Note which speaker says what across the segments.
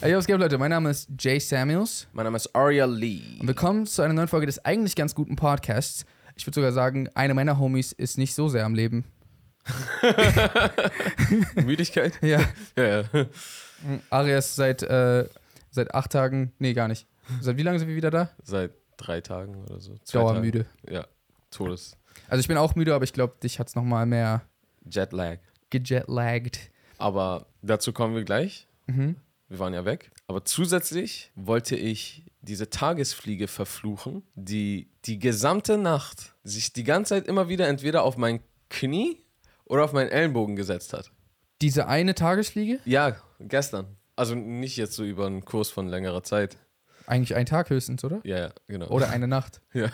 Speaker 1: Hey, was geht, Leute? Mein Name ist Jay Samuels.
Speaker 2: Mein Name ist Aria Lee.
Speaker 1: Und willkommen zu einer neuen Folge des eigentlich ganz guten Podcasts. Ich würde sogar sagen, einer meiner Homies ist nicht so sehr am Leben.
Speaker 2: Müdigkeit?
Speaker 1: Ja.
Speaker 2: ja, ja.
Speaker 1: Aria ist seit, äh, seit acht Tagen, nee, gar nicht. Seit wie lange sind wir wieder da?
Speaker 2: Seit drei Tagen oder so. Zwei
Speaker 1: Dauermüde.
Speaker 2: Tagen. Ja, Todes.
Speaker 1: Also ich bin auch müde, aber ich glaube, dich hat's noch nochmal mehr
Speaker 2: Jetlag.
Speaker 1: gejetlaggt.
Speaker 2: Aber dazu kommen wir gleich.
Speaker 1: Mhm.
Speaker 2: Wir waren ja weg. Aber zusätzlich wollte ich diese Tagesfliege verfluchen, die die gesamte Nacht sich die ganze Zeit immer wieder entweder auf mein Knie oder auf meinen Ellenbogen gesetzt hat.
Speaker 1: Diese eine Tagesfliege?
Speaker 2: Ja, gestern. Also nicht jetzt so über einen Kurs von längerer Zeit.
Speaker 1: Eigentlich ein Tag höchstens, oder?
Speaker 2: Ja, ja, genau.
Speaker 1: Oder eine Nacht.
Speaker 2: Ja,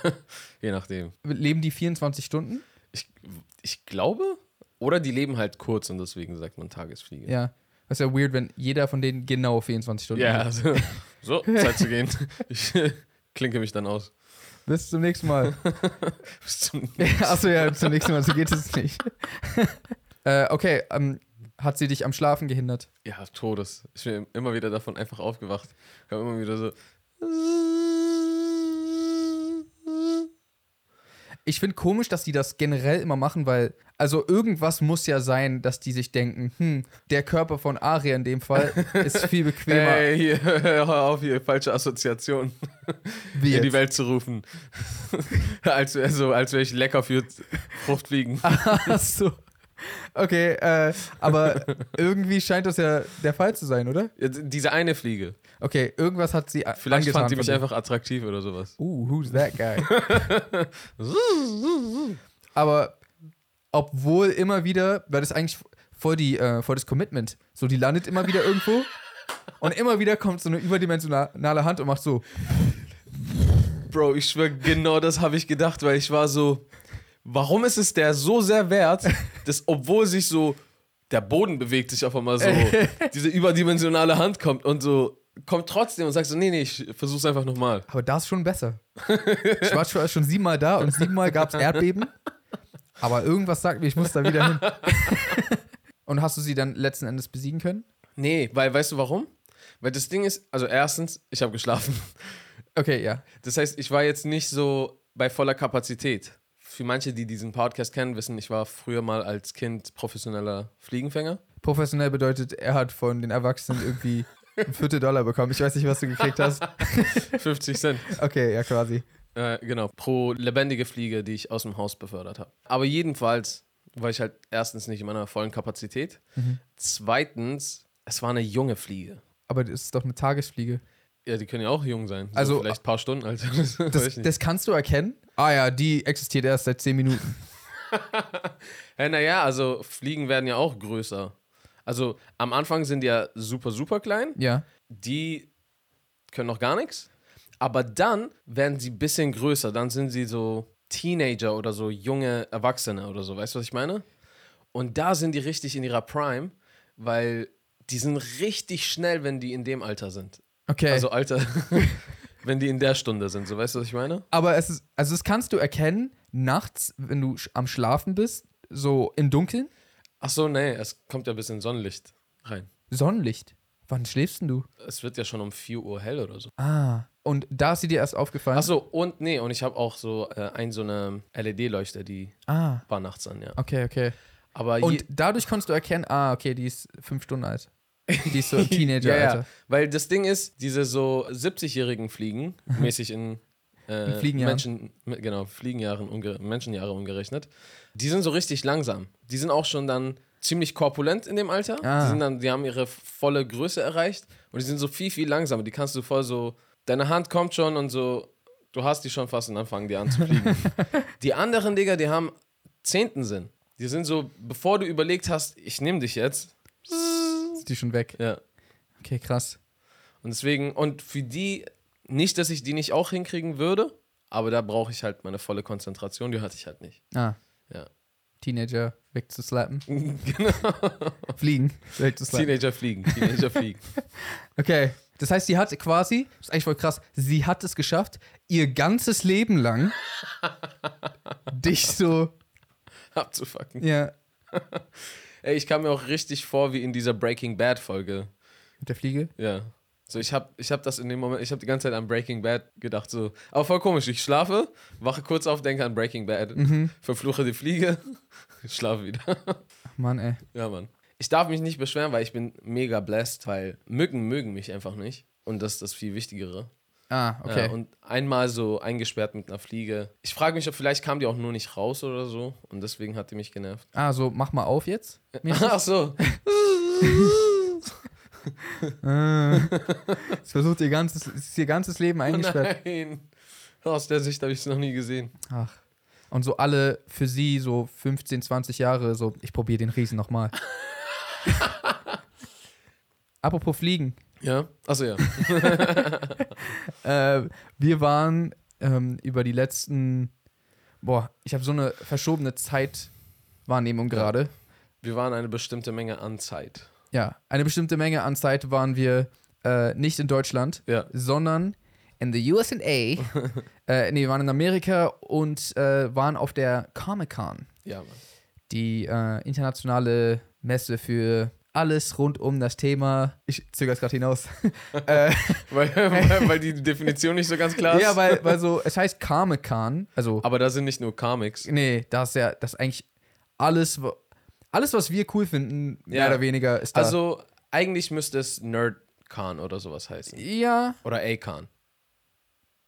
Speaker 2: je nachdem.
Speaker 1: Leben die 24 Stunden?
Speaker 2: Ich, ich glaube, oder die leben halt kurz und deswegen sagt man Tagesfliege.
Speaker 1: Ja. Das ist ja weird, wenn jeder von denen genau 24 Stunden
Speaker 2: Ja,
Speaker 1: lebt.
Speaker 2: also, so, Zeit zu gehen. Ich klinke mich dann aus.
Speaker 1: Bis zum nächsten Mal.
Speaker 2: Bis zum
Speaker 1: Achso, ja, bis zum nächsten Mal. So geht es nicht. äh, okay, ähm, hat sie dich am Schlafen gehindert?
Speaker 2: ja, Todes. Ich bin immer wieder davon einfach aufgewacht. Ich habe immer wieder so.
Speaker 1: Ich finde komisch, dass die das generell immer machen, weil, also irgendwas muss ja sein, dass die sich denken, hm, der Körper von Aria in dem Fall ist viel bequemer.
Speaker 2: Hey, hier, hör auf hier, falsche Assoziation,
Speaker 1: wie
Speaker 2: in
Speaker 1: jetzt.
Speaker 2: die Welt zu rufen. als wäre so, als wär ich lecker für Fruchtfliegen.
Speaker 1: Ah. Ach so. Okay, äh, aber irgendwie scheint das ja der Fall zu sein, oder?
Speaker 2: Ja, Diese eine Fliege.
Speaker 1: Okay, irgendwas hat sie a-
Speaker 2: Vielleicht
Speaker 1: angetan
Speaker 2: fand die
Speaker 1: von
Speaker 2: mich
Speaker 1: dir.
Speaker 2: einfach attraktiv oder sowas.
Speaker 1: Uh, who's that guy? aber obwohl immer wieder, weil das eigentlich voll, die, äh, voll das Commitment. So, die landet immer wieder irgendwo und immer wieder kommt so eine überdimensionale Hand und macht so.
Speaker 2: Bro, ich schwöre, genau das habe ich gedacht, weil ich war so, warum ist es der so sehr wert, dass obwohl sich so, der Boden bewegt sich auf einmal so, diese überdimensionale Hand kommt und so, kommt trotzdem und sagt so, nee, nee, ich versuch's einfach nochmal.
Speaker 1: Aber da ist schon besser. Ich war schon, schon siebenmal da und siebenmal gab es Erdbeben. Aber irgendwas sagt mir, ich muss da wieder hin. Und hast du sie dann letzten Endes besiegen können?
Speaker 2: Nee, weil, weißt du warum? Weil das Ding ist, also erstens, ich habe geschlafen.
Speaker 1: Okay, ja.
Speaker 2: Das heißt, ich war jetzt nicht so bei voller Kapazität. Für manche, die diesen Podcast kennen, wissen, ich war früher mal als Kind professioneller Fliegenfänger.
Speaker 1: Professionell bedeutet, er hat von den Erwachsenen irgendwie ein Viertel Dollar bekommen. Ich weiß nicht, was du gekriegt hast.
Speaker 2: 50 Cent.
Speaker 1: Okay, ja, quasi.
Speaker 2: Äh, genau, pro lebendige Fliege, die ich aus dem Haus befördert habe. Aber jedenfalls war ich halt erstens nicht in meiner vollen Kapazität.
Speaker 1: Mhm.
Speaker 2: Zweitens, es war eine junge Fliege.
Speaker 1: Aber das ist doch eine Tagesfliege.
Speaker 2: Ja, die können ja auch jung sein. So
Speaker 1: Also,
Speaker 2: vielleicht ein paar Stunden alt. Das, weiß
Speaker 1: Das,
Speaker 2: ich nicht.
Speaker 1: das kannst du erkennen. Ah ja, die existiert erst seit 10 Minuten.
Speaker 2: Ja, naja, also Fliegen werden ja auch größer. Also am Anfang sind die ja super, super klein.
Speaker 1: Ja.
Speaker 2: Die können noch gar nichts. Aber dann werden sie ein bisschen größer. Dann sind sie so Teenager oder so junge Erwachsene oder so. Weißt du, was ich meine? Und da sind die richtig in ihrer Prime, weil die sind richtig schnell, wenn die in dem Alter sind.
Speaker 1: Okay.
Speaker 2: Also Alter, wenn die in der Stunde sind. So, weißt du, was ich meine?
Speaker 1: Aber es ist, also das kannst du erkennen nachts, wenn du sch- am Schlafen bist, so im Dunkeln.
Speaker 2: Ach so, nee, es kommt ja ein bisschen Sonnenlicht rein.
Speaker 1: Sonnenlicht. Wann schläfst denn du?
Speaker 2: Es wird ja schon um 4 Uhr hell oder so.
Speaker 1: Ah. Und da ist sie dir erst aufgefallen.
Speaker 2: Achso, und nee, und ich habe auch so äh, ein so eine LED-Leuchte, die
Speaker 1: Ah.
Speaker 2: war nachts an, ja.
Speaker 1: Okay, okay.
Speaker 2: Aber je-
Speaker 1: Und dadurch konntest du erkennen, ah, okay, die ist fünf Stunden alt. Die ist so im
Speaker 2: ja,
Speaker 1: Teenager-Alter.
Speaker 2: ja, weil das Ding ist, diese so 70-jährigen Fliegen, mäßig in, äh,
Speaker 1: Mhm. In Fliegenjahren.
Speaker 2: Menschen, m- genau, Fliegenjahren, unge Menschenjahre umgerechnet, die sind so richtig langsam. Die sind auch schon dann ziemlich korpulent in dem Alter.
Speaker 1: Ah.
Speaker 2: Die, sind dann, die haben ihre volle Größe erreicht und die sind so viel, viel langsamer. Die kannst du voll so, deine Hand kommt schon und so, du hast die schon fast und dann fangen die an zu fliegen. die anderen, Digga, die haben zehnten Sinn. Die sind so, bevor du überlegt hast, ich nehme dich jetzt,
Speaker 1: Ist die schon weg.
Speaker 2: ja.
Speaker 1: Okay, krass.
Speaker 2: Und deswegen, und für die, nicht, dass ich die nicht auch hinkriegen würde, aber da brauche ich halt meine volle Konzentration, die hatte ich halt nicht.
Speaker 1: Ah.
Speaker 2: Ja.
Speaker 1: Teenager wegzuslappen.
Speaker 2: genau.
Speaker 1: Fliegen. Wegzuslappen.
Speaker 2: Teenager fliegen, Teenager fliegen.
Speaker 1: Okay. Das heißt, sie hat quasi, das ist eigentlich voll krass, sie hat es geschafft, ihr ganzes Leben lang dich so,
Speaker 2: abzufacken.
Speaker 1: ja,
Speaker 2: Ey, ich kam mir auch richtig vor wie in dieser Breaking Bad Folge.
Speaker 1: mit der Fliege.
Speaker 2: Ja. So, ich hab, ich hab das in dem Moment, ich hab die ganze Zeit an Breaking Bad gedacht, so. Aber voll komisch, ich schlafe, wache kurz auf, denke an Breaking Bad, verfluche die Fliege, schlafe wieder.
Speaker 1: Ach Mann, ey.
Speaker 2: Ja, Mann. Ich darf mich nicht beschweren, weil ich bin mega blessed, weil Mücken mögen mich einfach nicht. Und das ist das viel Wichtigere.
Speaker 1: Ah, okay.
Speaker 2: Ja, Äh, und einmal so eingesperrt mit einer Fliege. Ich frage mich, ob vielleicht kam die auch nur nicht raus oder so. Und deswegen hat die mich genervt.
Speaker 1: ah, so, mach mal auf jetzt.
Speaker 2: Ach so.
Speaker 1: Äh, Es versucht ihr ganzes, es ist ihr ganzes Leben eingesperrt.
Speaker 2: Nein. Aus der Sicht habe ich es noch nie gesehen.
Speaker 1: Ach. Und so alle für sie so 15, 20 Jahre so, ich probiere den Riesen nochmal. Apropos Fliegen.
Speaker 2: Ja? Achso, ja.
Speaker 1: Äh, wir waren ähm, über die letzten, boah, ich habe so eine verschobene Zeitwahrnehmung gerade.
Speaker 2: Wir waren eine bestimmte Menge an Zeit.
Speaker 1: Ja, eine bestimmte Menge an Zeit waren wir äh, nicht in Deutschland,
Speaker 2: Ja.
Speaker 1: sondern in the USA. äh, nee, wir waren in Amerika und äh, waren auf der Comic-Con,
Speaker 2: Ja, Mann.
Speaker 1: die äh, internationale Messe für alles rund um das Thema. Ich zögere es gerade hinaus.
Speaker 2: Weil, weil, weil die Definition nicht so ganz klar ist.
Speaker 1: ja, weil, weil so, es heißt Comic-Con, also
Speaker 2: Aber da sind nicht nur Comics.
Speaker 1: Nee, das ist ja, das ist eigentlich alles, wa- alles, was wir cool finden, mehr
Speaker 2: Ja.
Speaker 1: oder weniger, ist da.
Speaker 2: Also, eigentlich müsste es NerdCon oder sowas heißen.
Speaker 1: ja,
Speaker 2: Oder A-Con.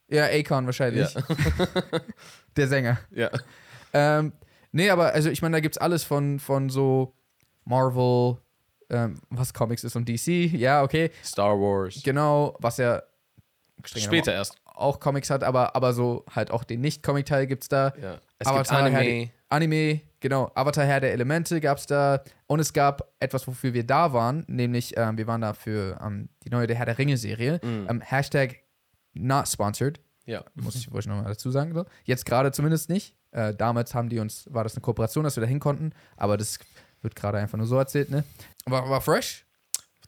Speaker 1: ja, Akon wahrscheinlich. Der Sänger.
Speaker 2: Ja.
Speaker 1: Ähm, nee, aber also ich meine, da gibt's alles von, von so Marvel, ähm, was Comics ist und DC, ja, okay.
Speaker 2: Star Wars.
Speaker 1: Genau, was ja strengenommen
Speaker 2: Später erst.
Speaker 1: auch Comics hat, aber, aber so halt auch den Nicht-Comic-Teil gibt's da.
Speaker 2: Ja. Es
Speaker 1: Avatar,
Speaker 2: gibt
Speaker 1: Herr
Speaker 2: Anime.
Speaker 1: Anime, genau, Avatar Herr der Elemente gab es da. Und es gab etwas, wofür wir da waren, nämlich ähm, wir waren da für ähm, die neue Der Herr der Ringe-Serie. Ähm, Hashtag not sponsored,
Speaker 2: Mhm. Ja.
Speaker 1: muss ich, wollte ich nochmal dazu sagen. So. Jetzt gerade zumindest nicht. Äh, damals haben die uns, war das eine Kooperation, dass wir da hin konnten, aber das wird gerade einfach nur so erzählt, ne? War, war fresh,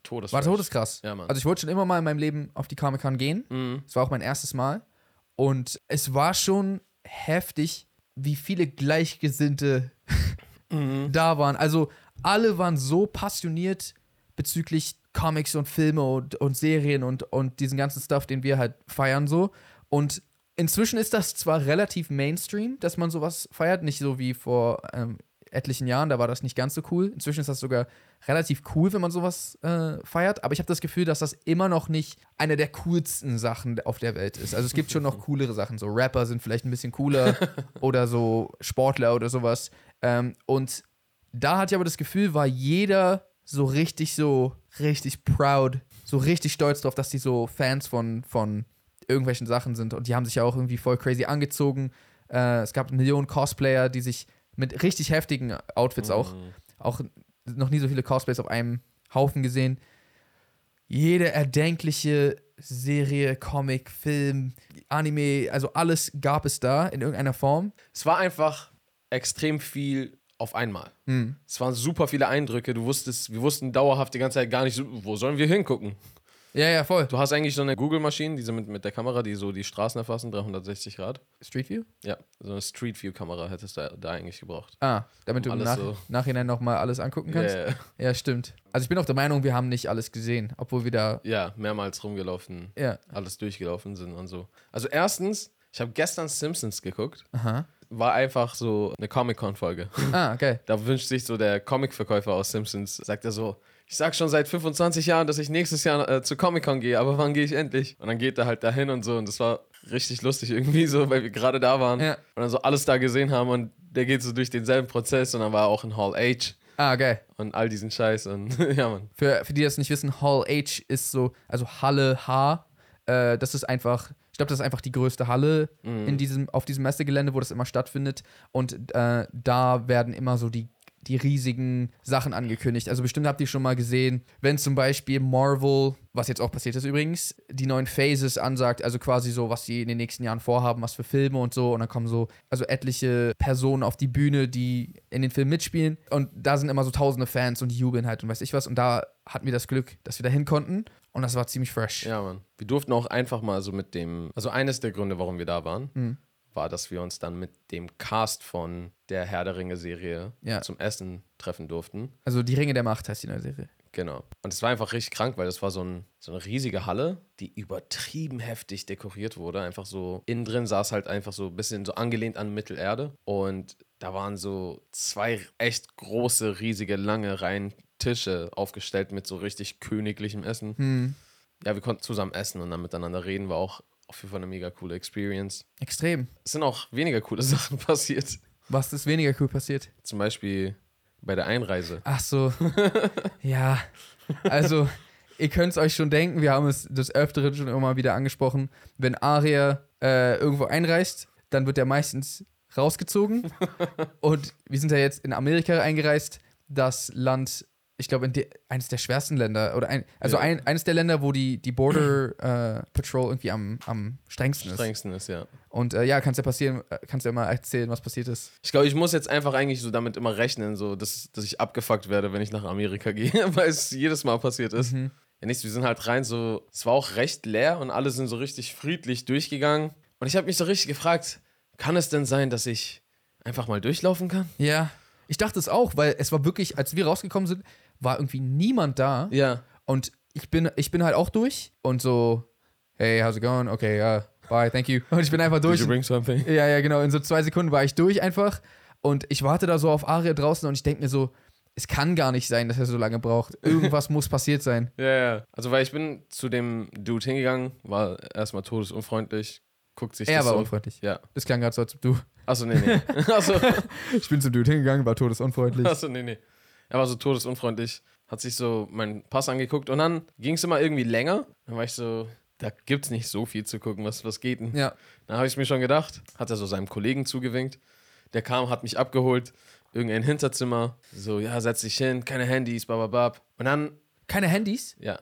Speaker 2: Todes.
Speaker 1: war todeskrass.
Speaker 2: Ja, Mann.
Speaker 1: Also ich wollte schon immer mal in meinem Leben auf die Comic-Con gehen.
Speaker 2: Mhm.
Speaker 1: Es war auch mein erstes Mal. Und es war schon heftig, wie viele Gleichgesinnte da waren. Also alle waren so passioniert bezüglich Comics und Filme und, und Serien und, und diesen ganzen Stuff, den wir halt feiern so. Und inzwischen ist das zwar relativ Mainstream, dass man sowas feiert, nicht so wie vor ähm, etlichen Jahren, da war das nicht ganz so cool. Inzwischen ist das sogar relativ cool, wenn man sowas äh, feiert, aber ich habe das Gefühl, dass das immer noch nicht eine der coolsten Sachen auf der Welt ist. Also es gibt schon noch coolere Sachen, so Rapper sind vielleicht ein bisschen cooler oder so Sportler oder sowas. Ähm, und da hatte ich aber das Gefühl, war jeder so richtig so, richtig proud, so richtig stolz drauf, dass die so Fans von, von irgendwelchen Sachen sind. Und die haben sich ja auch irgendwie voll crazy angezogen. Äh, es gab Millionen Cosplayer, die sich mit richtig heftigen Outfits auch, auch noch nie so viele Cosplays auf einem Haufen gesehen. Jede erdenkliche Serie, Comic, Film, Anime, also alles gab es da in irgendeiner Form.
Speaker 2: Es war einfach extrem viel auf einmal. Es waren super viele Eindrücke. Du wusstest, wir wussten dauerhaft die ganze Zeit gar nicht, so, wo sollen wir hingucken?
Speaker 1: Ja, ja, voll.
Speaker 2: Du hast eigentlich so eine Google-Maschine, diese mit, mit der Kamera, die so die Straßen erfassen, 360 Grad.
Speaker 1: Street View?
Speaker 2: Ja, so eine Street View-Kamera hättest du da, da eigentlich gebraucht.
Speaker 1: Ah, damit du im
Speaker 2: Um Alles
Speaker 1: Nach
Speaker 2: so.
Speaker 1: Nachhinein nochmal alles angucken
Speaker 2: Ja,
Speaker 1: kannst.
Speaker 2: ja,
Speaker 1: Ja, stimmt. Also ich bin auch der Meinung, wir haben nicht alles gesehen, obwohl wir da.
Speaker 2: ja, mehrmals rumgelaufen,
Speaker 1: Ja.
Speaker 2: alles durchgelaufen sind und so. Also erstens, ich habe gestern Simpsons geguckt,
Speaker 1: Aha.
Speaker 2: war einfach so eine Comic-Con-Folge.
Speaker 1: Ah, geil.
Speaker 2: Da wünscht sich so der Comicverkäufer aus Simpsons, sagt er so, ich sag schon seit 25 Jahren, dass ich nächstes Jahr äh, zu Comic-Con gehe, aber wann gehe ich endlich? Und dann geht er halt dahin und so und das war richtig lustig irgendwie so, weil wir gerade da waren
Speaker 1: Ja.
Speaker 2: und dann so alles da gesehen haben und der geht so durch denselben Prozess und dann war er auch in Hall H
Speaker 1: Ah, geil.
Speaker 2: und all diesen Scheiß und ja, Mann.
Speaker 1: Für, für die, die das nicht wissen, Hall H ist so, also Halle H. Äh, das ist einfach, ich glaube, das ist einfach die größte Halle
Speaker 2: Mhm.
Speaker 1: in diesem, auf diesem Messegelände, wo das immer stattfindet. Und äh, da werden immer so die, die riesigen Sachen angekündigt. Also bestimmt habt ihr schon mal gesehen, wenn zum Beispiel Marvel, was jetzt auch passiert ist übrigens, die neuen Phases ansagt, also quasi so, was sie in den nächsten Jahren vorhaben, was für Filme und so. Und dann kommen so also etliche Personen auf die Bühne, die in den Film mitspielen. Und da sind immer so tausende Fans und die jubeln halt und weiß ich was. Und da hatten wir das Glück, dass wir da hin konnten. Und Und das war ziemlich fresh.
Speaker 2: Ja, Mann. Wir durften auch einfach mal so mit dem, also eines der Gründe, warum wir da waren,
Speaker 1: Mhm.
Speaker 2: war, dass wir uns dann mit dem Cast von der Herr der Ringe-Serie
Speaker 1: Ja.
Speaker 2: zum Essen treffen durften.
Speaker 1: Also die Ringe der Macht heißt die neue Serie.
Speaker 2: Genau. Und es war einfach richtig krank, weil das war so, ein, so eine riesige Halle, die übertrieben heftig dekoriert wurde. Einfach so, innen drin saß halt einfach so ein bisschen so angelehnt an Mittelerde. Und da waren so zwei echt große, riesige, lange Reihen Tische aufgestellt mit so richtig königlichem Essen.
Speaker 1: Hm.
Speaker 2: Ja, wir konnten zusammen essen und dann miteinander reden, war auch auf jeden Fall eine mega coole Experience.
Speaker 1: Extrem.
Speaker 2: Es sind auch weniger coole Sachen passiert.
Speaker 1: Was ist weniger cool passiert?
Speaker 2: Zum Beispiel bei der Einreise.
Speaker 1: Ach so. ja. Also, ihr könnt es euch schon denken, wir haben es des Öfteren schon immer mal wieder angesprochen. Wenn Aria äh, irgendwo einreist, dann wird er meistens rausgezogen. Und wir sind ja jetzt in Amerika eingereist. Das Land, ich glaube, in de- eines der schwersten Länder. oder ein, Also
Speaker 2: Ja.
Speaker 1: ein, eines der Länder, wo die, die Border äh, Patrol irgendwie am, am strengsten ist.
Speaker 2: Strengsten ist, ja.
Speaker 1: Und äh, ja, kannst ja passieren, äh, kannst ja mal erzählen, was passiert ist.
Speaker 2: Ich glaube, ich muss jetzt einfach eigentlich so damit immer rechnen, so dass, dass ich abgefuckt werde, wenn ich nach Amerika gehe, weil es jedes Mal passiert ist. Ja, nichts, wir sind halt rein so, es war auch recht leer und alle sind so richtig friedlich durchgegangen. Und ich habe mich so richtig gefragt, kann es denn sein, dass ich einfach mal durchlaufen kann?
Speaker 1: Ja. Ich dachte es auch, weil es war wirklich, als wir rausgekommen sind, war irgendwie niemand da.
Speaker 2: Ja.
Speaker 1: Und ich bin, ich bin halt auch durch und so, hey, how's it going? Okay, ja, bye, thank you. Und ich bin einfach
Speaker 2: Did
Speaker 1: durch.
Speaker 2: you bring something?
Speaker 1: Ja, ja, genau. In so zwei Sekunden war ich durch einfach. Und ich warte da so auf Aria draußen und ich denke mir so, es kann gar nicht sein, dass er so lange braucht. Irgendwas muss passiert sein.
Speaker 2: Ja, ja. Also, weil ich bin zu dem Dude hingegangen, war erstmal todesunfreundlich, guckt sich
Speaker 1: Er
Speaker 2: das
Speaker 1: war
Speaker 2: so.
Speaker 1: unfreundlich.
Speaker 2: Ja. um
Speaker 1: Das klang gerade so, als ob du.
Speaker 2: Achso, nee, nee. Achso,
Speaker 1: Ich bin zum Dude hingegangen, war todesunfreundlich.
Speaker 2: achso, Also, nee, nee. Er war so todesunfreundlich, hat sich so meinen Pass angeguckt und dann ging es immer irgendwie länger. Dann war ich so, da gibt's nicht so viel zu gucken, was, was geht denn?
Speaker 1: Ja.
Speaker 2: Dann habe ich mir schon gedacht, hat er so seinem Kollegen zugewinkt. Der kam, hat mich abgeholt, irgendein Hinterzimmer. So, ja, setz dich hin, keine Handys, bababab. Und dann,
Speaker 1: Keine Handys?
Speaker 2: ja,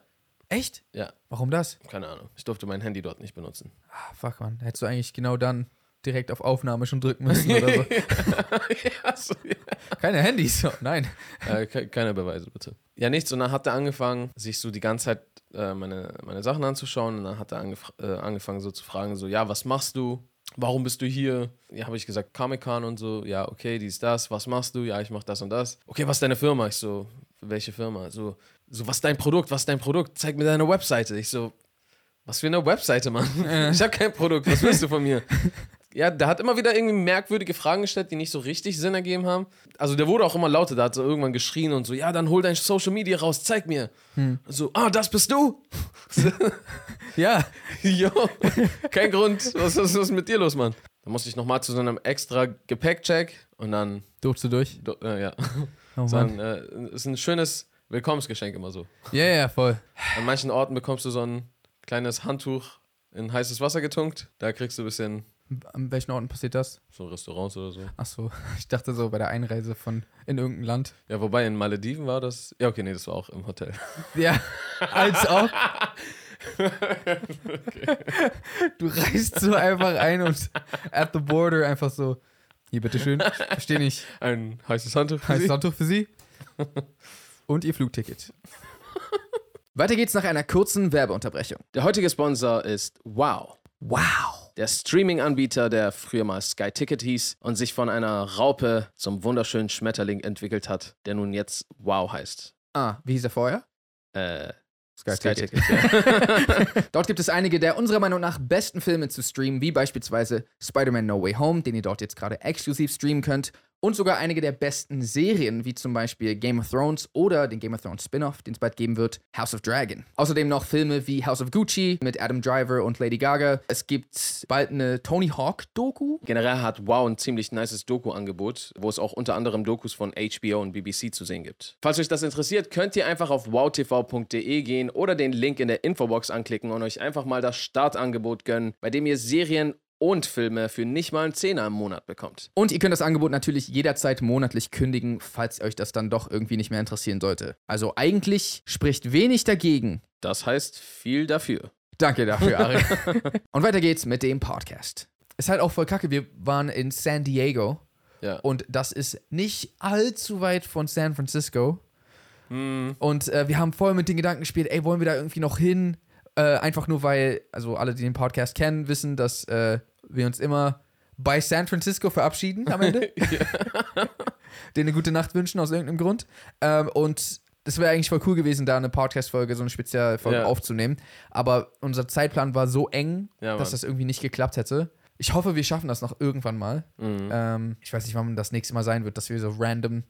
Speaker 1: Echt?
Speaker 2: ja,
Speaker 1: Warum das?
Speaker 2: keine Ahnung. Ich durfte mein Handy dort nicht benutzen.
Speaker 1: Ah, fuck, man. Hättest du eigentlich genau dann direkt auf Aufnahme schon drücken müssen oder so.
Speaker 2: ja, so, ja.
Speaker 1: Keine Handys. Oh, nein.
Speaker 2: Äh, ke- keine Beweise, bitte. Ja, nichts. Und dann hat er angefangen, sich so die ganze Zeit äh, meine, meine Sachen anzuschauen. Und dann hat er angef äh, angefangen, so zu fragen: so, ja, was machst du? Warum bist du hier? Ja, habe ich gesagt, Comic-Con und so. Ja, okay, dies, das. Was machst du? Ja, ich mach das und das. Okay, was ist deine Firma? Ich so, welche Firma? So, so was ist dein Produkt? Was ist dein Produkt? Zeig mir deine Webseite. Ich so, was für eine Webseite, Mann? Ich habe kein Produkt. Was willst du von mir? Ja, der hat immer wieder irgendwie merkwürdige Fragen gestellt, die nicht so richtig Sinn ergeben haben. Also der wurde auch immer lauter, da hat so irgendwann geschrien und so, ja, dann hol dein Social Media raus, zeig mir.
Speaker 1: Hm.
Speaker 2: So, ah, das bist du?
Speaker 1: Ja.
Speaker 2: jo, kein Grund. Was ist was ist mit dir los, Mann? Dann musste ich nochmal zu so einem extra Gepäckcheck und dann,
Speaker 1: Durfst du durch?
Speaker 2: do- äh, ja,
Speaker 1: Oh, Mann.
Speaker 2: dann äh, ist ein schönes Willkommensgeschenk immer so.
Speaker 1: Ja, ja, voll.
Speaker 2: An manchen Orten bekommst du so ein kleines Handtuch in heißes Wasser getunkt, da kriegst du ein bisschen
Speaker 1: An welchen Orten passiert das?
Speaker 2: so Restaurants oder so.
Speaker 1: Ach so, ich dachte so bei der Einreise von in irgendein Land.
Speaker 2: Ja, wobei in Malediven war das, ja, okay, nee, das war auch im Hotel.
Speaker 1: Ja, als ob. Du reist so einfach ein und at the border einfach so. Hier, bitteschön. Verstehe nicht.
Speaker 2: Ein heißes Handtuch. für
Speaker 1: Heißes
Speaker 2: Sie?
Speaker 1: Handtuch für Sie. Und Ihr Flugticket. Weiter geht's nach einer kurzen Werbeunterbrechung.
Speaker 2: Der heutige Sponsor ist Wow.
Speaker 1: Wow.
Speaker 2: Der Streaming-Anbieter, der früher mal Sky Ticket hieß und sich von einer Raupe zum wunderschönen Schmetterling entwickelt hat, der nun jetzt Wow heißt.
Speaker 1: Ah, wie hieß er vorher?
Speaker 2: Äh,
Speaker 1: Sky, Ticket.
Speaker 2: ja.
Speaker 1: Dort gibt es einige der unserer Meinung nach besten Filme zu streamen, wie beispielsweise Spider-Man No Way Home, den ihr dort jetzt gerade exklusiv streamen könnt, und sogar einige der besten Serien, wie zum Beispiel Game of Thrones oder den Game of Thrones Spin-off, den es bald geben wird, House of Dragon. Außerdem noch Filme wie House of Gucci mit Adam Driver und Lady Gaga. Es gibt bald eine Tony Hawk-Doku.
Speaker 2: Generell hat Wow ein ziemlich nices Doku-Angebot, wo es auch unter anderem Dokus von HBO und BBC zu sehen gibt. Falls euch das interessiert, könnt ihr einfach auf wowtv.de gehen oder den Link in der Infobox anklicken und euch einfach mal das Startangebot gönnen, bei dem ihr Serien und Filme für nicht mal einen Zehner im Monat bekommt.
Speaker 1: Und ihr könnt das Angebot natürlich jederzeit monatlich kündigen, falls euch das dann doch irgendwie nicht mehr interessieren sollte. Also eigentlich spricht wenig dagegen,
Speaker 2: Das heißt viel dafür.
Speaker 1: Danke dafür, Ari. und weiter geht's mit dem Podcast. Ist halt auch voll kacke. Wir waren in San Diego
Speaker 2: Ja.
Speaker 1: und das ist nicht allzu weit von San Francisco.
Speaker 2: Hm,
Speaker 1: Und äh, wir haben voll mit den Gedanken gespielt, ey, wollen wir da irgendwie noch hin? Äh, einfach nur, weil, also alle, die den Podcast kennen, wissen, dass äh, wir uns immer bei San Francisco verabschieden am Ende. Denen eine gute Nacht wünschen aus irgendeinem Grund. Ähm, und das wäre eigentlich voll cool gewesen, da eine Podcast-Folge, so eine Spezialfolge
Speaker 2: Ja.
Speaker 1: aufzunehmen. Aber unser Zeitplan war so eng,
Speaker 2: Ja, Mann.
Speaker 1: dass das irgendwie nicht geklappt hätte. Ich hoffe, wir schaffen das noch irgendwann mal.
Speaker 2: Mhm.
Speaker 1: Ähm, ich weiß nicht, wann das nächste Mal sein wird, dass wir so random,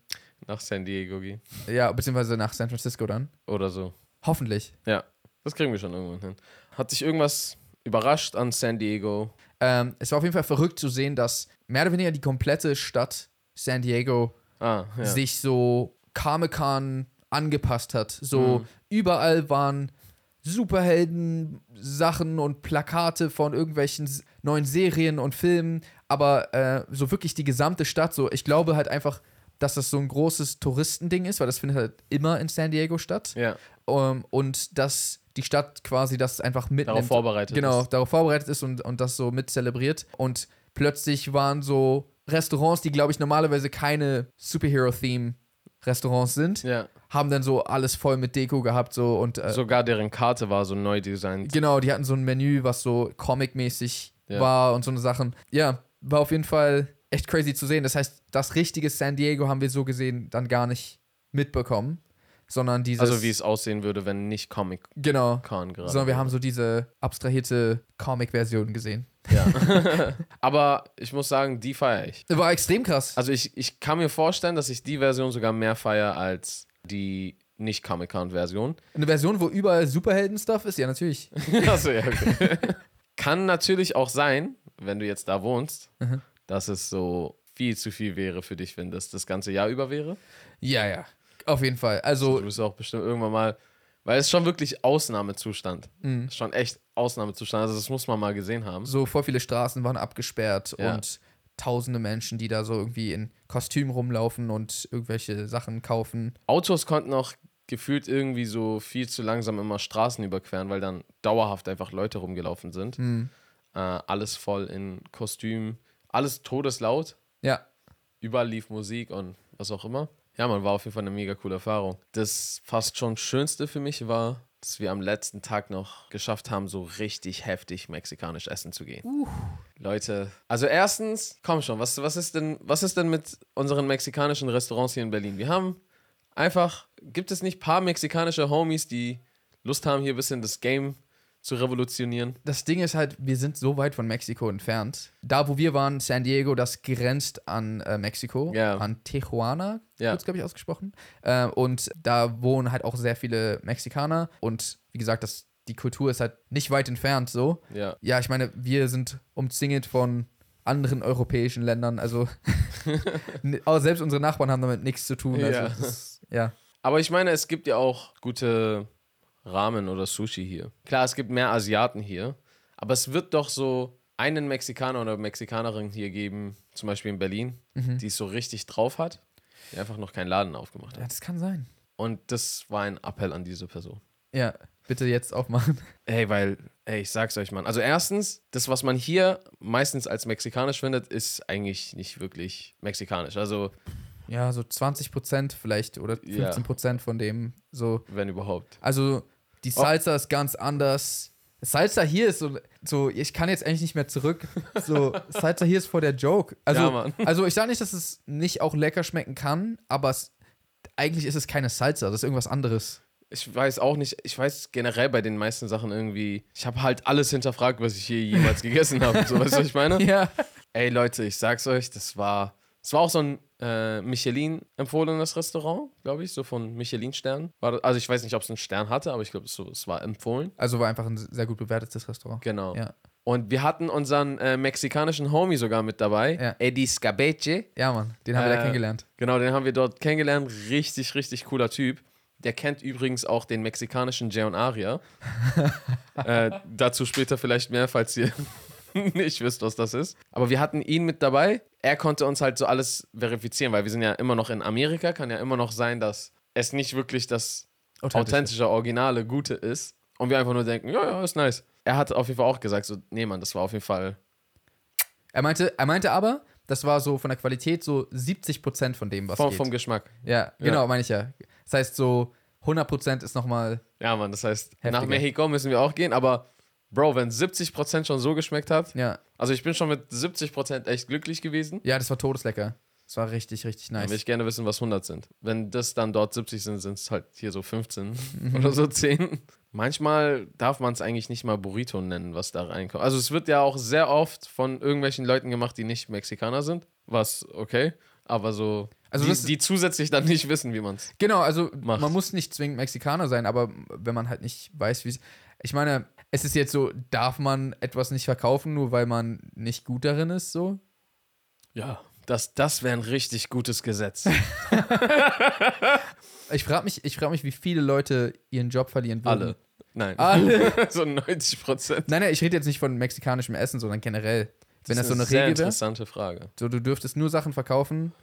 Speaker 2: Nach San Diego gehen.
Speaker 1: ja, beziehungsweise nach San Francisco dann.
Speaker 2: Oder so.
Speaker 1: Hoffentlich.
Speaker 2: Ja, das kriegen wir schon irgendwann hin. Hat dich irgendwas überrascht an San Diego?
Speaker 1: Ähm, es war auf jeden Fall verrückt zu sehen, dass mehr oder weniger die komplette Stadt San Diego
Speaker 2: Ah, ja.
Speaker 1: sich so Comic-Con angepasst hat. So
Speaker 2: Mhm.
Speaker 1: überall waren Superhelden, Sachen und Plakate von irgendwelchen s- neuen Serien und Filmen, aber äh, so wirklich die gesamte Stadt. So, ich glaube halt einfach, dass das so ein großes Touristending ist, weil das findet halt immer in San Diego statt.
Speaker 2: Ja,
Speaker 1: Ähm, und dass die Stadt quasi das einfach mitnimmt.
Speaker 2: darauf vorbereitet.
Speaker 1: Genau,
Speaker 2: ist.
Speaker 1: darauf vorbereitet ist und, und das so mit zelebriert. Und plötzlich waren so Restaurants, die, glaube ich, normalerweise keine Superhero-Theme-Restaurants sind,
Speaker 2: Ja.
Speaker 1: haben dann so alles voll mit Deko gehabt. So und äh,
Speaker 2: Sogar deren Karte war so neu designt.
Speaker 1: genau, die hatten so ein Menü, was so comic-mäßig
Speaker 2: Ja.
Speaker 1: war und so eine Sachen. Ja, war auf jeden Fall echt crazy zu sehen. Das heißt, das richtige San Diego haben wir so gesehen dann gar nicht mitbekommen, sondern dieses.
Speaker 2: Also wie es aussehen würde, wenn nicht Comic
Speaker 1: Genau.
Speaker 2: Con gerade.
Speaker 1: Sondern wir haben so diese abstrahierte Comic-Version gesehen.
Speaker 2: Ja. Aber ich muss sagen, die feiere ich.
Speaker 1: War extrem krass.
Speaker 2: Also ich, ich kann mir vorstellen, dass ich die Version sogar mehr feiere als die nicht Comic-Con-Version.
Speaker 1: Eine Version, wo überall Superhelden-Stuff ist? Ja, natürlich.
Speaker 2: Achso, ja, okay. Kann natürlich auch sein, wenn du jetzt da wohnst, dass es so viel zu viel wäre für dich, wenn das das ganze Jahr über wäre.
Speaker 1: Ja, ja. Auf jeden Fall. Also,
Speaker 2: Du bist auch bestimmt irgendwann mal, weil es ist schon wirklich Ausnahmezustand. Ist schon echt Ausnahmezustand. Also das muss man mal gesehen haben.
Speaker 1: so voll viele Straßen waren abgesperrt
Speaker 2: Ja.
Speaker 1: und tausende Menschen, die da so irgendwie in Kostüm rumlaufen und irgendwelche Sachen kaufen.
Speaker 2: Autos konnten auch gefühlt irgendwie so viel zu langsam immer Straßen überqueren, weil dann dauerhaft einfach Leute rumgelaufen sind. Äh, alles voll in Kostüm, alles todeslaut.
Speaker 1: Ja.
Speaker 2: überall lief Musik und was auch immer. Ja, man war auf jeden Fall eine mega coole Erfahrung. Das fast schon Schönste für mich war, dass wir am letzten Tag noch geschafft haben, so richtig heftig mexikanisch essen zu gehen. Leute, also erstens, komm schon, was, was, ist denn, was ist denn mit unseren mexikanischen Restaurants hier in Berlin? Wir haben einfach, gibt es nicht ein paar mexikanische Homies, die Lust haben, hier ein bisschen das Game zu revolutionieren?
Speaker 1: Das Ding ist halt, wir sind so weit von Mexiko entfernt. Da, wo wir waren, San Diego, das grenzt an äh, Mexiko,
Speaker 2: Ja.
Speaker 1: an Tijuana,
Speaker 2: Ja.
Speaker 1: wird glaube ich, ausgesprochen. Äh, und da wohnen halt auch sehr viele Mexikaner. Und wie gesagt, das, die Kultur ist halt nicht weit entfernt so.
Speaker 2: Ja.
Speaker 1: Ja, ich meine, wir sind umzingelt von anderen europäischen Ländern, also n- aber selbst unsere Nachbarn haben damit nichts zu tun. Also
Speaker 2: Ja.
Speaker 1: das ist, ja.
Speaker 2: Aber ich meine, es gibt ja auch gute Ramen oder Sushi hier. Klar, es gibt mehr Asiaten hier, aber es wird doch so einen Mexikaner oder Mexikanerin hier geben, zum Beispiel in Berlin, die es so richtig drauf hat, die einfach noch keinen Laden aufgemacht
Speaker 1: ja,
Speaker 2: hat.
Speaker 1: das kann sein.
Speaker 2: Und das war ein Appell an diese Person.
Speaker 1: Ja, bitte jetzt aufmachen.
Speaker 2: Ey, weil, ey, ich sag's euch, Mann. Also erstens, das, was man hier meistens als mexikanisch findet, ist eigentlich nicht wirklich mexikanisch. Also,
Speaker 1: Ja, so 20 Prozent vielleicht oder
Speaker 2: Ja.
Speaker 1: 15 Prozent von dem so.
Speaker 2: wenn überhaupt.
Speaker 1: Also die Salsa ist ganz anders. Salsa hier ist so, so, ich kann jetzt eigentlich nicht mehr zurück. So, Salsa hier ist vor der Joke. Also,
Speaker 2: Ja, Mann.
Speaker 1: also ich sage nicht, dass es nicht auch lecker schmecken kann, aber es, eigentlich ist es keine Salsa, das ist irgendwas anderes.
Speaker 2: ich weiß auch nicht, ich weiß generell bei den meisten Sachen irgendwie, ich habe halt alles hinterfragt, was ich hier jemals gegessen habe. So, weißt du, was ich meine?
Speaker 1: Ja.
Speaker 2: Ey Leute, ich sag's euch, das war, es war auch so ein äh, Michelin empfohlenes Restaurant, glaube ich, so von Michelin Stern. War das, also ich weiß nicht, ob es einen Stern hatte, aber ich glaube, es so, es war empfohlen.
Speaker 1: Also war einfach ein sehr gut bewertetes Restaurant.
Speaker 2: Genau.
Speaker 1: Ja.
Speaker 2: Und wir hatten unseren äh, mexikanischen Homie sogar mit dabei,
Speaker 1: Ja.
Speaker 2: Eddie Scabeche.
Speaker 1: Ja, Mann, den haben wir da
Speaker 2: Äh,
Speaker 1: kennengelernt.
Speaker 2: Genau, den haben wir dort kennengelernt. Richtig, richtig cooler Typ. Der kennt übrigens auch den mexikanischen Jay und Aria. äh, dazu später vielleicht mehr, falls ihr nicht wisst, was das ist. Aber wir hatten ihn mit dabei. Er konnte uns halt so alles verifizieren, weil wir sind ja immer noch in Amerika. Kann ja immer noch sein, dass es nicht wirklich das
Speaker 1: Authentische.
Speaker 2: authentische, originale, gute ist. Und wir einfach nur denken, ja, ja, ist nice. Er hat auf jeden Fall auch gesagt, so, nee, Mann, das war auf jeden Fall
Speaker 1: Er meinte, er meinte aber, Das war so von der Qualität so 70 Prozent von dem, was
Speaker 2: Vom,
Speaker 1: geht.
Speaker 2: vom Geschmack.
Speaker 1: ja, genau, meine ich ja. Das heißt so 100 Prozent ist nochmal,
Speaker 2: Ja, Mann, das heißt,
Speaker 1: Heftiger.
Speaker 2: nach Mexiko müssen wir auch gehen, aber Bro, wenn 70% schon so geschmeckt hat,
Speaker 1: ja.
Speaker 2: also ich bin schon mit 70% echt glücklich gewesen,
Speaker 1: Ja, das war todeslecker. Das war richtig, richtig
Speaker 2: dann
Speaker 1: nice.
Speaker 2: will ich gerne wissen, was 100 sind. Wenn das dann dort 70 sind, sind es halt hier so 15
Speaker 1: Mhm.
Speaker 2: oder so 10. Manchmal darf man es eigentlich nicht mal Burrito nennen, was da reinkommt. Also es wird ja auch sehr oft von irgendwelchen Leuten gemacht, die nicht Mexikaner sind, was okay, aber so,
Speaker 1: Also das-
Speaker 2: die, die zusätzlich dann nicht wissen, wie man es
Speaker 1: Genau, also
Speaker 2: Macht.
Speaker 1: man muss nicht zwingend Mexikaner sein, aber wenn man halt nicht weiß, wie es. Ich meine, es ist jetzt so, darf man etwas nicht verkaufen, nur weil man nicht gut darin ist, so?
Speaker 2: Ja, das, das wäre ein richtig gutes Gesetz.
Speaker 1: Ich frage mich, ich frag mich, wie viele Leute ihren Job verlieren würden.
Speaker 2: Alle. Nein.
Speaker 1: Alle.
Speaker 2: so 90 Prozent.
Speaker 1: Nein, nein, ich rede jetzt nicht von mexikanischem Essen, sondern generell. Wenn das, so eine
Speaker 2: sehr
Speaker 1: Regel wäre,
Speaker 2: interessante Frage.
Speaker 1: so du dürftest nur Sachen verkaufen.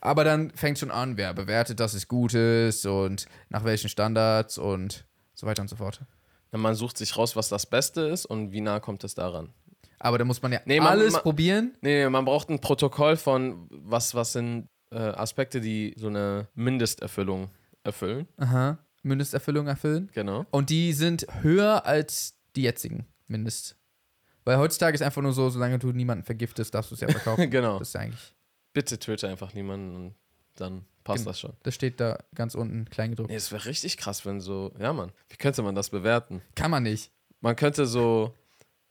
Speaker 1: Aber dann fängt schon an, wer bewertet, dass es gut ist und nach welchen Standards und so weiter und so fort.
Speaker 2: Na, man sucht sich raus, was das Beste ist und wie nah kommt es daran.
Speaker 1: Aber da muss man ja
Speaker 2: Nee, man-
Speaker 1: alles
Speaker 2: man-
Speaker 1: probieren.
Speaker 2: Nee, nee, man braucht ein Protokoll von, was, was sind äh, Aspekte, die so eine Mindesterfüllung erfüllen.
Speaker 1: Aha. Mindesterfüllung erfüllen.
Speaker 2: Genau.
Speaker 1: Und die sind höher als die jetzigen, mindest. Weil heutzutage ist einfach nur so, solange du niemanden vergiftest, darfst du es ja verkaufen.
Speaker 2: genau.
Speaker 1: Das ist eigentlich.
Speaker 2: Bitte töte einfach niemanden und dann passt
Speaker 1: Gen-
Speaker 2: das schon.
Speaker 1: Das steht da ganz unten, kleingedruckt.
Speaker 2: Nee, es wäre richtig krass, wenn so, ja Mann, wie könnte man das bewerten?
Speaker 1: Kann man nicht.
Speaker 2: Man könnte so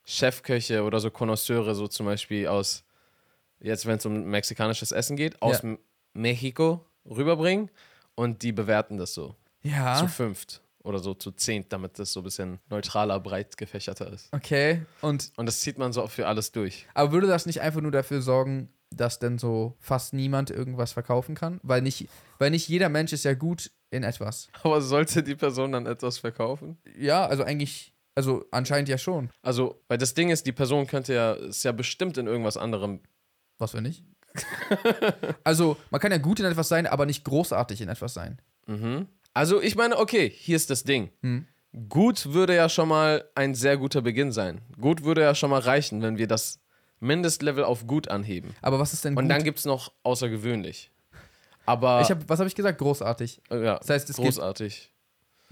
Speaker 2: Chefköche oder so Konnoisseure, so zum Beispiel aus, jetzt wenn es um mexikanisches Essen geht, aus
Speaker 1: Ja.
Speaker 2: M- Mexiko rüberbringen und die bewerten das so zu
Speaker 1: Ja.
Speaker 2: fünft oder so zu zehnt, damit das so ein bisschen neutraler, breit gefächerter ist.
Speaker 1: Okay. Und
Speaker 2: Und das zieht man so für alles durch.
Speaker 1: aber würde das nicht einfach nur dafür sorgen, dass denn so fast niemand irgendwas verkaufen kann? Weil nicht, weil nicht jeder Mensch ist ja gut in etwas.
Speaker 2: Aber sollte die Person dann etwas verkaufen?
Speaker 1: Ja, also eigentlich, also anscheinend ja schon.
Speaker 2: Also, weil das Ding ist, die Person könnte ja, ist ja bestimmt in irgendwas anderem.
Speaker 1: Was wenn nicht? also, man kann ja gut in etwas sein, aber nicht großartig in etwas sein.
Speaker 2: Mhm. Also, ich meine, okay, hier ist das Ding.
Speaker 1: Hm.
Speaker 2: Gut würde ja schon mal ein sehr guter Beginn sein. Gut würde ja schon mal reichen, wenn wir das Mindestlevel auf gut anheben.
Speaker 1: Aber was ist denn
Speaker 2: Und
Speaker 1: gut?
Speaker 2: dann gibt es noch außergewöhnlich. Aber
Speaker 1: ich hab, was habe ich gesagt? Großartig.
Speaker 2: äh, ja,
Speaker 1: Das heißt, es gibt-
Speaker 2: großartig.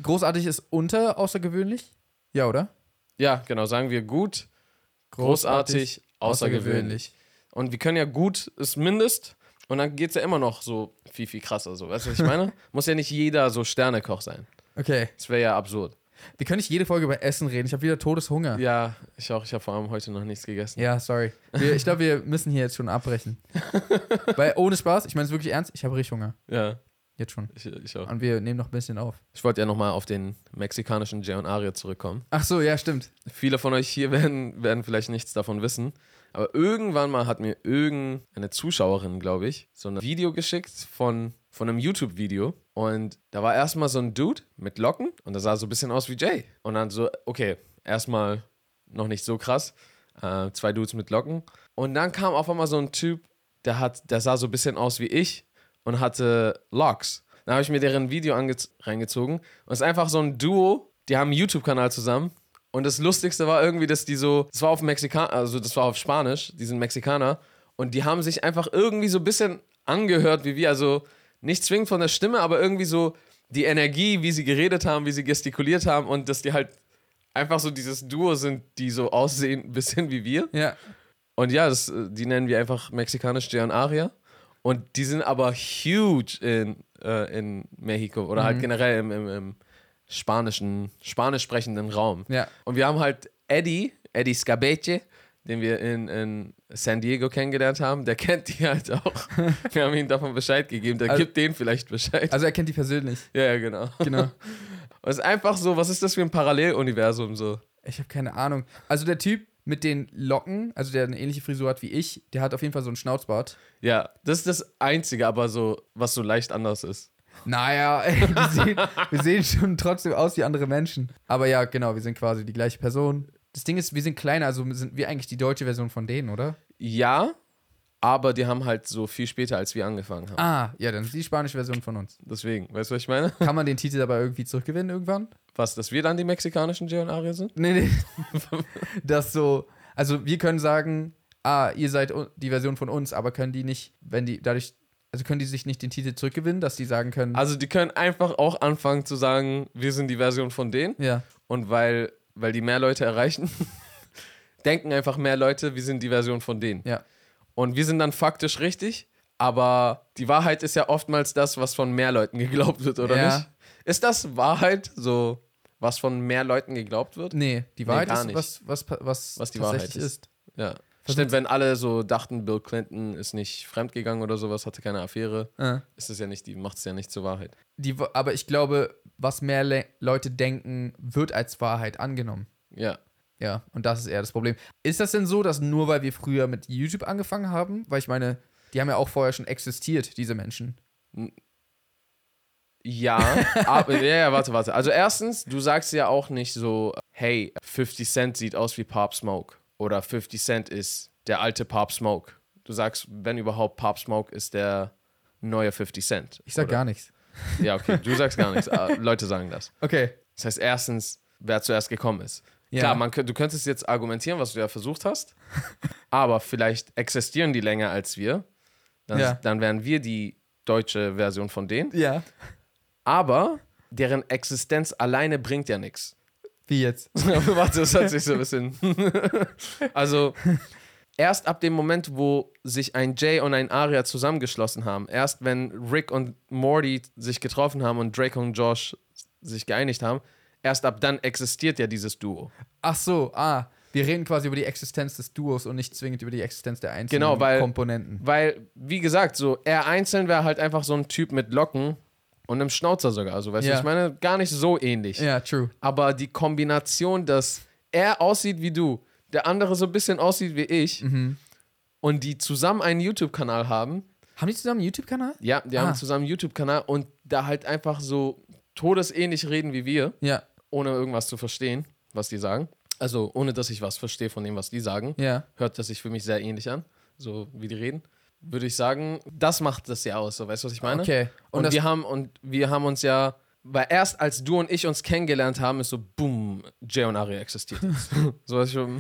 Speaker 1: Großartig ist unter außergewöhnlich? Ja, oder?
Speaker 2: Ja, genau, sagen wir gut, großartig, außergewöhnlich. Und wir können ja gut ist Mindest und dann geht es ja immer noch so viel, viel krasser. So. Weißt du, was ich meine? Muss ja nicht jeder so Sternekoch sein.
Speaker 1: Okay.
Speaker 2: Das wäre ja absurd.
Speaker 1: Wir können nicht jede Folge über Essen reden. Ich habe wieder Todeshunger. Ja,
Speaker 2: Ja, ich auch. Ich habe vor allem heute noch nichts gegessen.
Speaker 1: sorry. Wir, ich glaube, wir müssen hier jetzt schon abbrechen. Weil ohne Spaß, ich meine es wirklich ernst, ich habe richtig Hunger.
Speaker 2: Ja,
Speaker 1: Jetzt schon.
Speaker 2: ich, ich auch.
Speaker 1: Und wir nehmen noch ein bisschen auf.
Speaker 2: Ich wollte ja nochmal auf den mexikanischen Aria zurückkommen.
Speaker 1: Ach so, ja, stimmt.
Speaker 2: Viele von euch hier werden, werden vielleicht nichts davon wissen. Aber irgendwann mal hat mir irgendeine Zuschauerin, glaube ich, so ein Video geschickt von, von einem YouTube-Video. Und da war erstmal so ein Dude mit Locken und der sah so ein bisschen aus wie Jay. Und dann so, okay, erstmal noch nicht so krass. Äh, zwei Dudes mit Locken. Und dann kam auf einmal so ein Typ, der, hat, der sah so ein bisschen aus wie ich und hatte Locks. Dann habe ich mir deren Video ange- reingezogen. Und es ist einfach so ein Duo, die haben einen YouTube-Kanal zusammen. Und das Lustigste war irgendwie, dass die so, das war auf Mexikan, also das war auf Spanisch, die sind Mexikaner. Und die haben sich einfach irgendwie so ein bisschen angehört wie wir. Also nicht zwingend von der Stimme, aber irgendwie so die Energie, wie sie geredet haben, wie sie gestikuliert haben. Und dass die halt einfach so dieses Duo sind, die so aussehen, ein bisschen wie wir.
Speaker 1: Ja.
Speaker 2: Und ja, das, äh, die nennen wir einfach mexikanisch Gian Aria. Und die sind aber huge in, äh, in Mexiko oder
Speaker 1: Mhm.
Speaker 2: halt generell im, im, im spanischen, spanisch sprechenden Raum.
Speaker 1: Ja.
Speaker 2: Und wir haben halt Eddie, Eddie Scabeche, den wir in, in San Diego kennengelernt haben. Der kennt die halt auch. wir haben ihm davon Bescheid gegeben. Der
Speaker 1: Also-
Speaker 2: gibt denen vielleicht Bescheid.
Speaker 1: Also er kennt die persönlich.
Speaker 2: ja, ja, genau.
Speaker 1: Genau.
Speaker 2: Und es ist einfach so, was ist das für ein Paralleluniversum so?
Speaker 1: Ich habe keine Ahnung. Also der Typ mit den Locken, also der eine ähnliche Frisur hat wie ich, der hat auf jeden Fall so einen Schnauzbart.
Speaker 2: Ja, das ist das Einzige, aber so, was so leicht anders ist.
Speaker 1: Naja, ey, wir, sehen, wir sehen schon trotzdem aus wie andere Menschen. Aber ja, genau, wir sind quasi die gleiche Person. Das Ding ist, wir sind kleiner, also sind wir eigentlich die deutsche Version von denen, oder?
Speaker 2: Ja, aber die haben halt so viel später, als wir angefangen haben.
Speaker 1: Ah, ja, dann ist die spanische Version von uns.
Speaker 2: Deswegen, weißt du, was ich meine?
Speaker 1: Kann man den Titel dabei irgendwie zurückgewinnen irgendwann?
Speaker 2: Was, dass wir dann die mexikanischen Gian Aria sind?
Speaker 1: Nee, nee. Das so, also wir können sagen, ah, ihr seid un- die Version von uns, aber können die nicht, wenn die dadurch, also können die sich nicht den Titel zurückgewinnen, dass die sagen können,
Speaker 2: Also die können einfach auch anfangen zu sagen, wir sind die Version von denen.
Speaker 1: ja,
Speaker 2: Und weil, weil die mehr Leute erreichen, denken einfach mehr Leute, wir sind die Version von denen.
Speaker 1: ja,
Speaker 2: Und wir sind dann faktisch richtig, aber die Wahrheit ist ja oftmals das, was von mehr Leuten geglaubt wird, oder
Speaker 1: Ja.
Speaker 2: nicht? Ist das Wahrheit so, was von mehr Leuten geglaubt wird?
Speaker 1: nee, die
Speaker 2: Nee,
Speaker 1: Wahrheit
Speaker 2: gar
Speaker 1: ist,
Speaker 2: nicht.
Speaker 1: was, was, pa- was,
Speaker 2: Was die
Speaker 1: tatsächlich
Speaker 2: Wahrheit
Speaker 1: ist.
Speaker 2: Ja. Stimmt, wenn alle so dachten, Bill Clinton ist nicht fremdgegangen oder sowas, hatte keine Affäre,
Speaker 1: Äh.
Speaker 2: ist es ja nicht, die macht es ja nicht zur Wahrheit.
Speaker 1: Die, Wa- aber ich glaube, was mehr Le Leute denken, wird als Wahrheit angenommen.
Speaker 2: Ja.
Speaker 1: Ja, und das ist eher das Problem. Ist das denn so, dass nur weil wir früher mit YouTube angefangen haben, weil ich meine, die haben ja auch vorher schon existiert, diese Menschen.
Speaker 2: Ja, aber, ja, ja, warte, warte. Also erstens, du sagst ja auch nicht so, hey, 50 Cent sieht aus wie Pop Smoke oder 50 Cent ist der alte Pop Smoke. Du sagst, wenn überhaupt, Pop Smoke ist der neue 50 Cent.
Speaker 1: Ich sag
Speaker 2: oder?
Speaker 1: gar nichts.
Speaker 2: Ja, okay, du sagst gar nichts. Ah, Leute sagen das.
Speaker 1: Okay.
Speaker 2: Das heißt, erstens, wer zuerst gekommen ist.
Speaker 1: Ja.
Speaker 2: Klar, man, kö- du könntest jetzt argumentieren, was du ja versucht hast, aber vielleicht existieren die länger als wir. Dann,
Speaker 1: Ja.
Speaker 2: dann wären wir die deutsche Version von denen.
Speaker 1: Ja.
Speaker 2: Aber deren Existenz alleine bringt ja nichts.
Speaker 1: Wie jetzt?
Speaker 2: Warte, das hat sich so ein bisschen. also, erst ab dem Moment, wo sich ein Jay und ein Aria zusammengeschlossen haben, erst wenn Rick und Morty sich getroffen haben und Drake und Josh sich geeinigt haben, erst ab dann existiert ja dieses Duo.
Speaker 1: Ach so, ah, wir reden quasi über die Existenz des Duos und nicht zwingend über die Existenz der einzelnen
Speaker 2: Genau, weil-
Speaker 1: Komponenten.
Speaker 2: Weil, wie gesagt, so er einzeln wäre halt einfach so ein Typ mit Locken und einem Schnauzer sogar. Also, weißt
Speaker 1: Ja.
Speaker 2: du, ich meine, gar nicht so ähnlich.
Speaker 1: Ja, true.
Speaker 2: Aber die Kombination, dass er aussieht wie du, der andere so ein bisschen aussieht wie ich
Speaker 1: Mhm.
Speaker 2: und die zusammen einen YouTube-Kanal haben,
Speaker 1: Haben die zusammen einen YouTube-Kanal?
Speaker 2: ja, die
Speaker 1: Ah.
Speaker 2: haben zusammen einen YouTube-Kanal und da halt einfach so todesähnlich reden wie wir,
Speaker 1: Ja,
Speaker 2: ohne irgendwas zu verstehen, was die sagen. Also ohne, dass ich was verstehe von dem, was die sagen.
Speaker 1: ja.
Speaker 2: Hört das sich für mich sehr ähnlich an, so wie die reden. Würde ich sagen, das macht das ja aus, so weißt du, was ich meine?
Speaker 1: Okay. Und,
Speaker 2: Ne? Und,
Speaker 1: das,
Speaker 2: wir haben und wir haben uns ja, weil erst als du und ich uns kennengelernt haben, ist so boom, Jay und Ari existiert. so was ich, weißt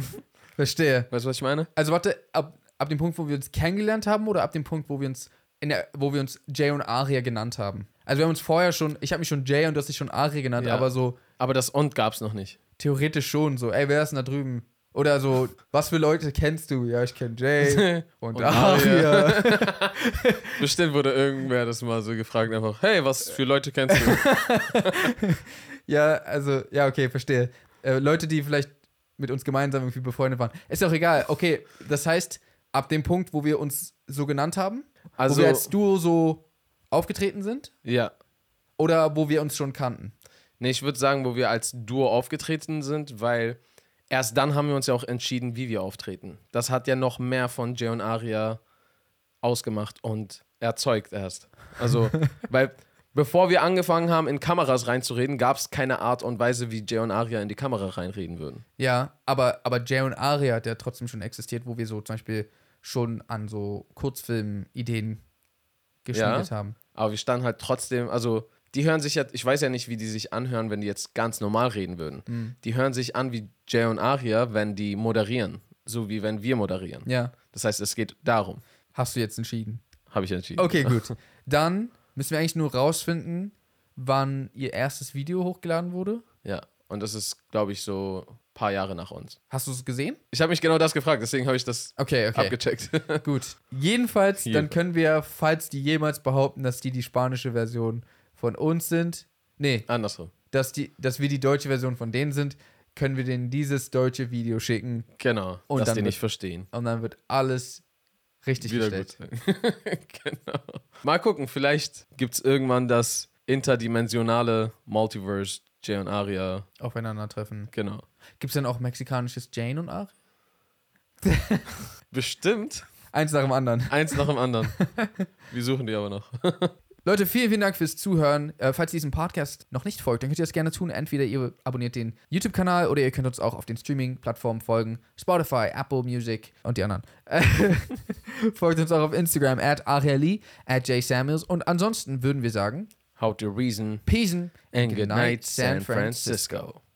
Speaker 1: verstehe.
Speaker 2: du, was ich meine?
Speaker 1: Also warte, ab, ab dem Punkt, wo wir uns kennengelernt haben oder ab dem Punkt, wo wir uns in der, wo wir uns Jay und Aria genannt haben? Also wir haben uns vorher schon, ich habe mich schon Jay und du hast dich schon Aria genannt,
Speaker 2: Ja.
Speaker 1: aber so
Speaker 2: Aber das und gab's noch nicht.
Speaker 1: theoretisch schon so, ey, wer ist denn da drüben? Oder so, was für Leute kennst du? Ja, ich kenne Jay und,
Speaker 2: Und
Speaker 1: Aria.
Speaker 2: Bestimmt wurde irgendwer das mal so gefragt, einfach, hey, was für Leute kennst du?
Speaker 1: Ja, also, ja, okay, verstehe. Äh, Leute, die vielleicht mit uns gemeinsam irgendwie befreundet waren. Ist auch egal. Okay, das heißt, ab dem Punkt, wo wir uns so genannt haben, wo
Speaker 2: Also,
Speaker 1: wir als Duo so aufgetreten sind
Speaker 2: ja.
Speaker 1: oder wo wir uns schon kannten.
Speaker 2: Nee, ich würde sagen, wo wir als Duo aufgetreten sind, weil erst dann haben wir uns ja auch entschieden, wie wir auftreten. Das hat ja noch mehr von Jay und Aria ausgemacht und erzeugt erst. Also, weil bevor wir angefangen haben, in Kameras reinzureden, gab es keine Art und Weise, wie Jay und Aria in die Kamera reinreden würden.
Speaker 1: Ja, aber, aber Jay und Aria hat ja trotzdem schon existiert, wo wir so zum Beispiel schon an so Kurzfilm-Ideen geschmiedet haben.
Speaker 2: Aber wir standen halt trotzdem, also die hören sich ja, ich weiß ja nicht, wie die sich anhören, wenn die jetzt ganz normal reden würden. Die hören sich an wie Jay und Aria, wenn die moderieren. So wie wenn wir moderieren.
Speaker 1: Ja,
Speaker 2: Das heißt, es geht darum.
Speaker 1: hast du jetzt entschieden.
Speaker 2: Habe ich entschieden.
Speaker 1: Okay, gut. Dann müssen wir eigentlich nur rausfinden, wann ihr erstes Video hochgeladen wurde.
Speaker 2: Ja. Und das ist, glaube ich, so ein paar Jahre nach uns.
Speaker 1: Hast du es gesehen?
Speaker 2: Ich habe mich genau das gefragt, deswegen habe ich das
Speaker 1: Okay, okay.
Speaker 2: abgecheckt.
Speaker 1: Gut. Jedenfalls, dann
Speaker 2: Jedenfalls.
Speaker 1: können wir, falls die jemals behaupten, dass die die spanische Version von uns sind, nee,
Speaker 2: Andersrum.
Speaker 1: dass, die, dass wir die deutsche Version von denen sind, können wir denen dieses deutsche Video schicken
Speaker 2: Genau.
Speaker 1: Und
Speaker 2: dass
Speaker 1: dann
Speaker 2: die
Speaker 1: wird-
Speaker 2: nicht verstehen.
Speaker 1: und dann wird alles richtig gestellt.
Speaker 2: gut. genau. Mal gucken, vielleicht gibt es irgendwann das interdimensionale Multiverse Jay und Aria.
Speaker 1: Aufeinandertreffen.
Speaker 2: Genau.
Speaker 1: Gibt es denn auch mexikanisches Jane und Ari?
Speaker 2: Bestimmt.
Speaker 1: Eins nach dem anderen.
Speaker 2: Eins nach dem anderen. Wir suchen die aber noch.
Speaker 1: Leute, vielen, vielen Dank fürs Zuhören. Äh, falls ihr diesem Podcast noch nicht folgt, dann könnt ihr das gerne tun. Entweder ihr abonniert den YouTube-Kanal oder ihr könnt uns auch auf den Streaming-Plattformen folgen. Spotify, Apple Music und die anderen. Äh, folgt uns auch auf Instagram at Arieli, at jsamuels. Und ansonsten würden wir sagen,
Speaker 2: How to reason
Speaker 1: Peace
Speaker 2: and
Speaker 1: Good
Speaker 2: good
Speaker 1: night,
Speaker 2: night, San
Speaker 1: San Francisco.
Speaker 2: Francisco.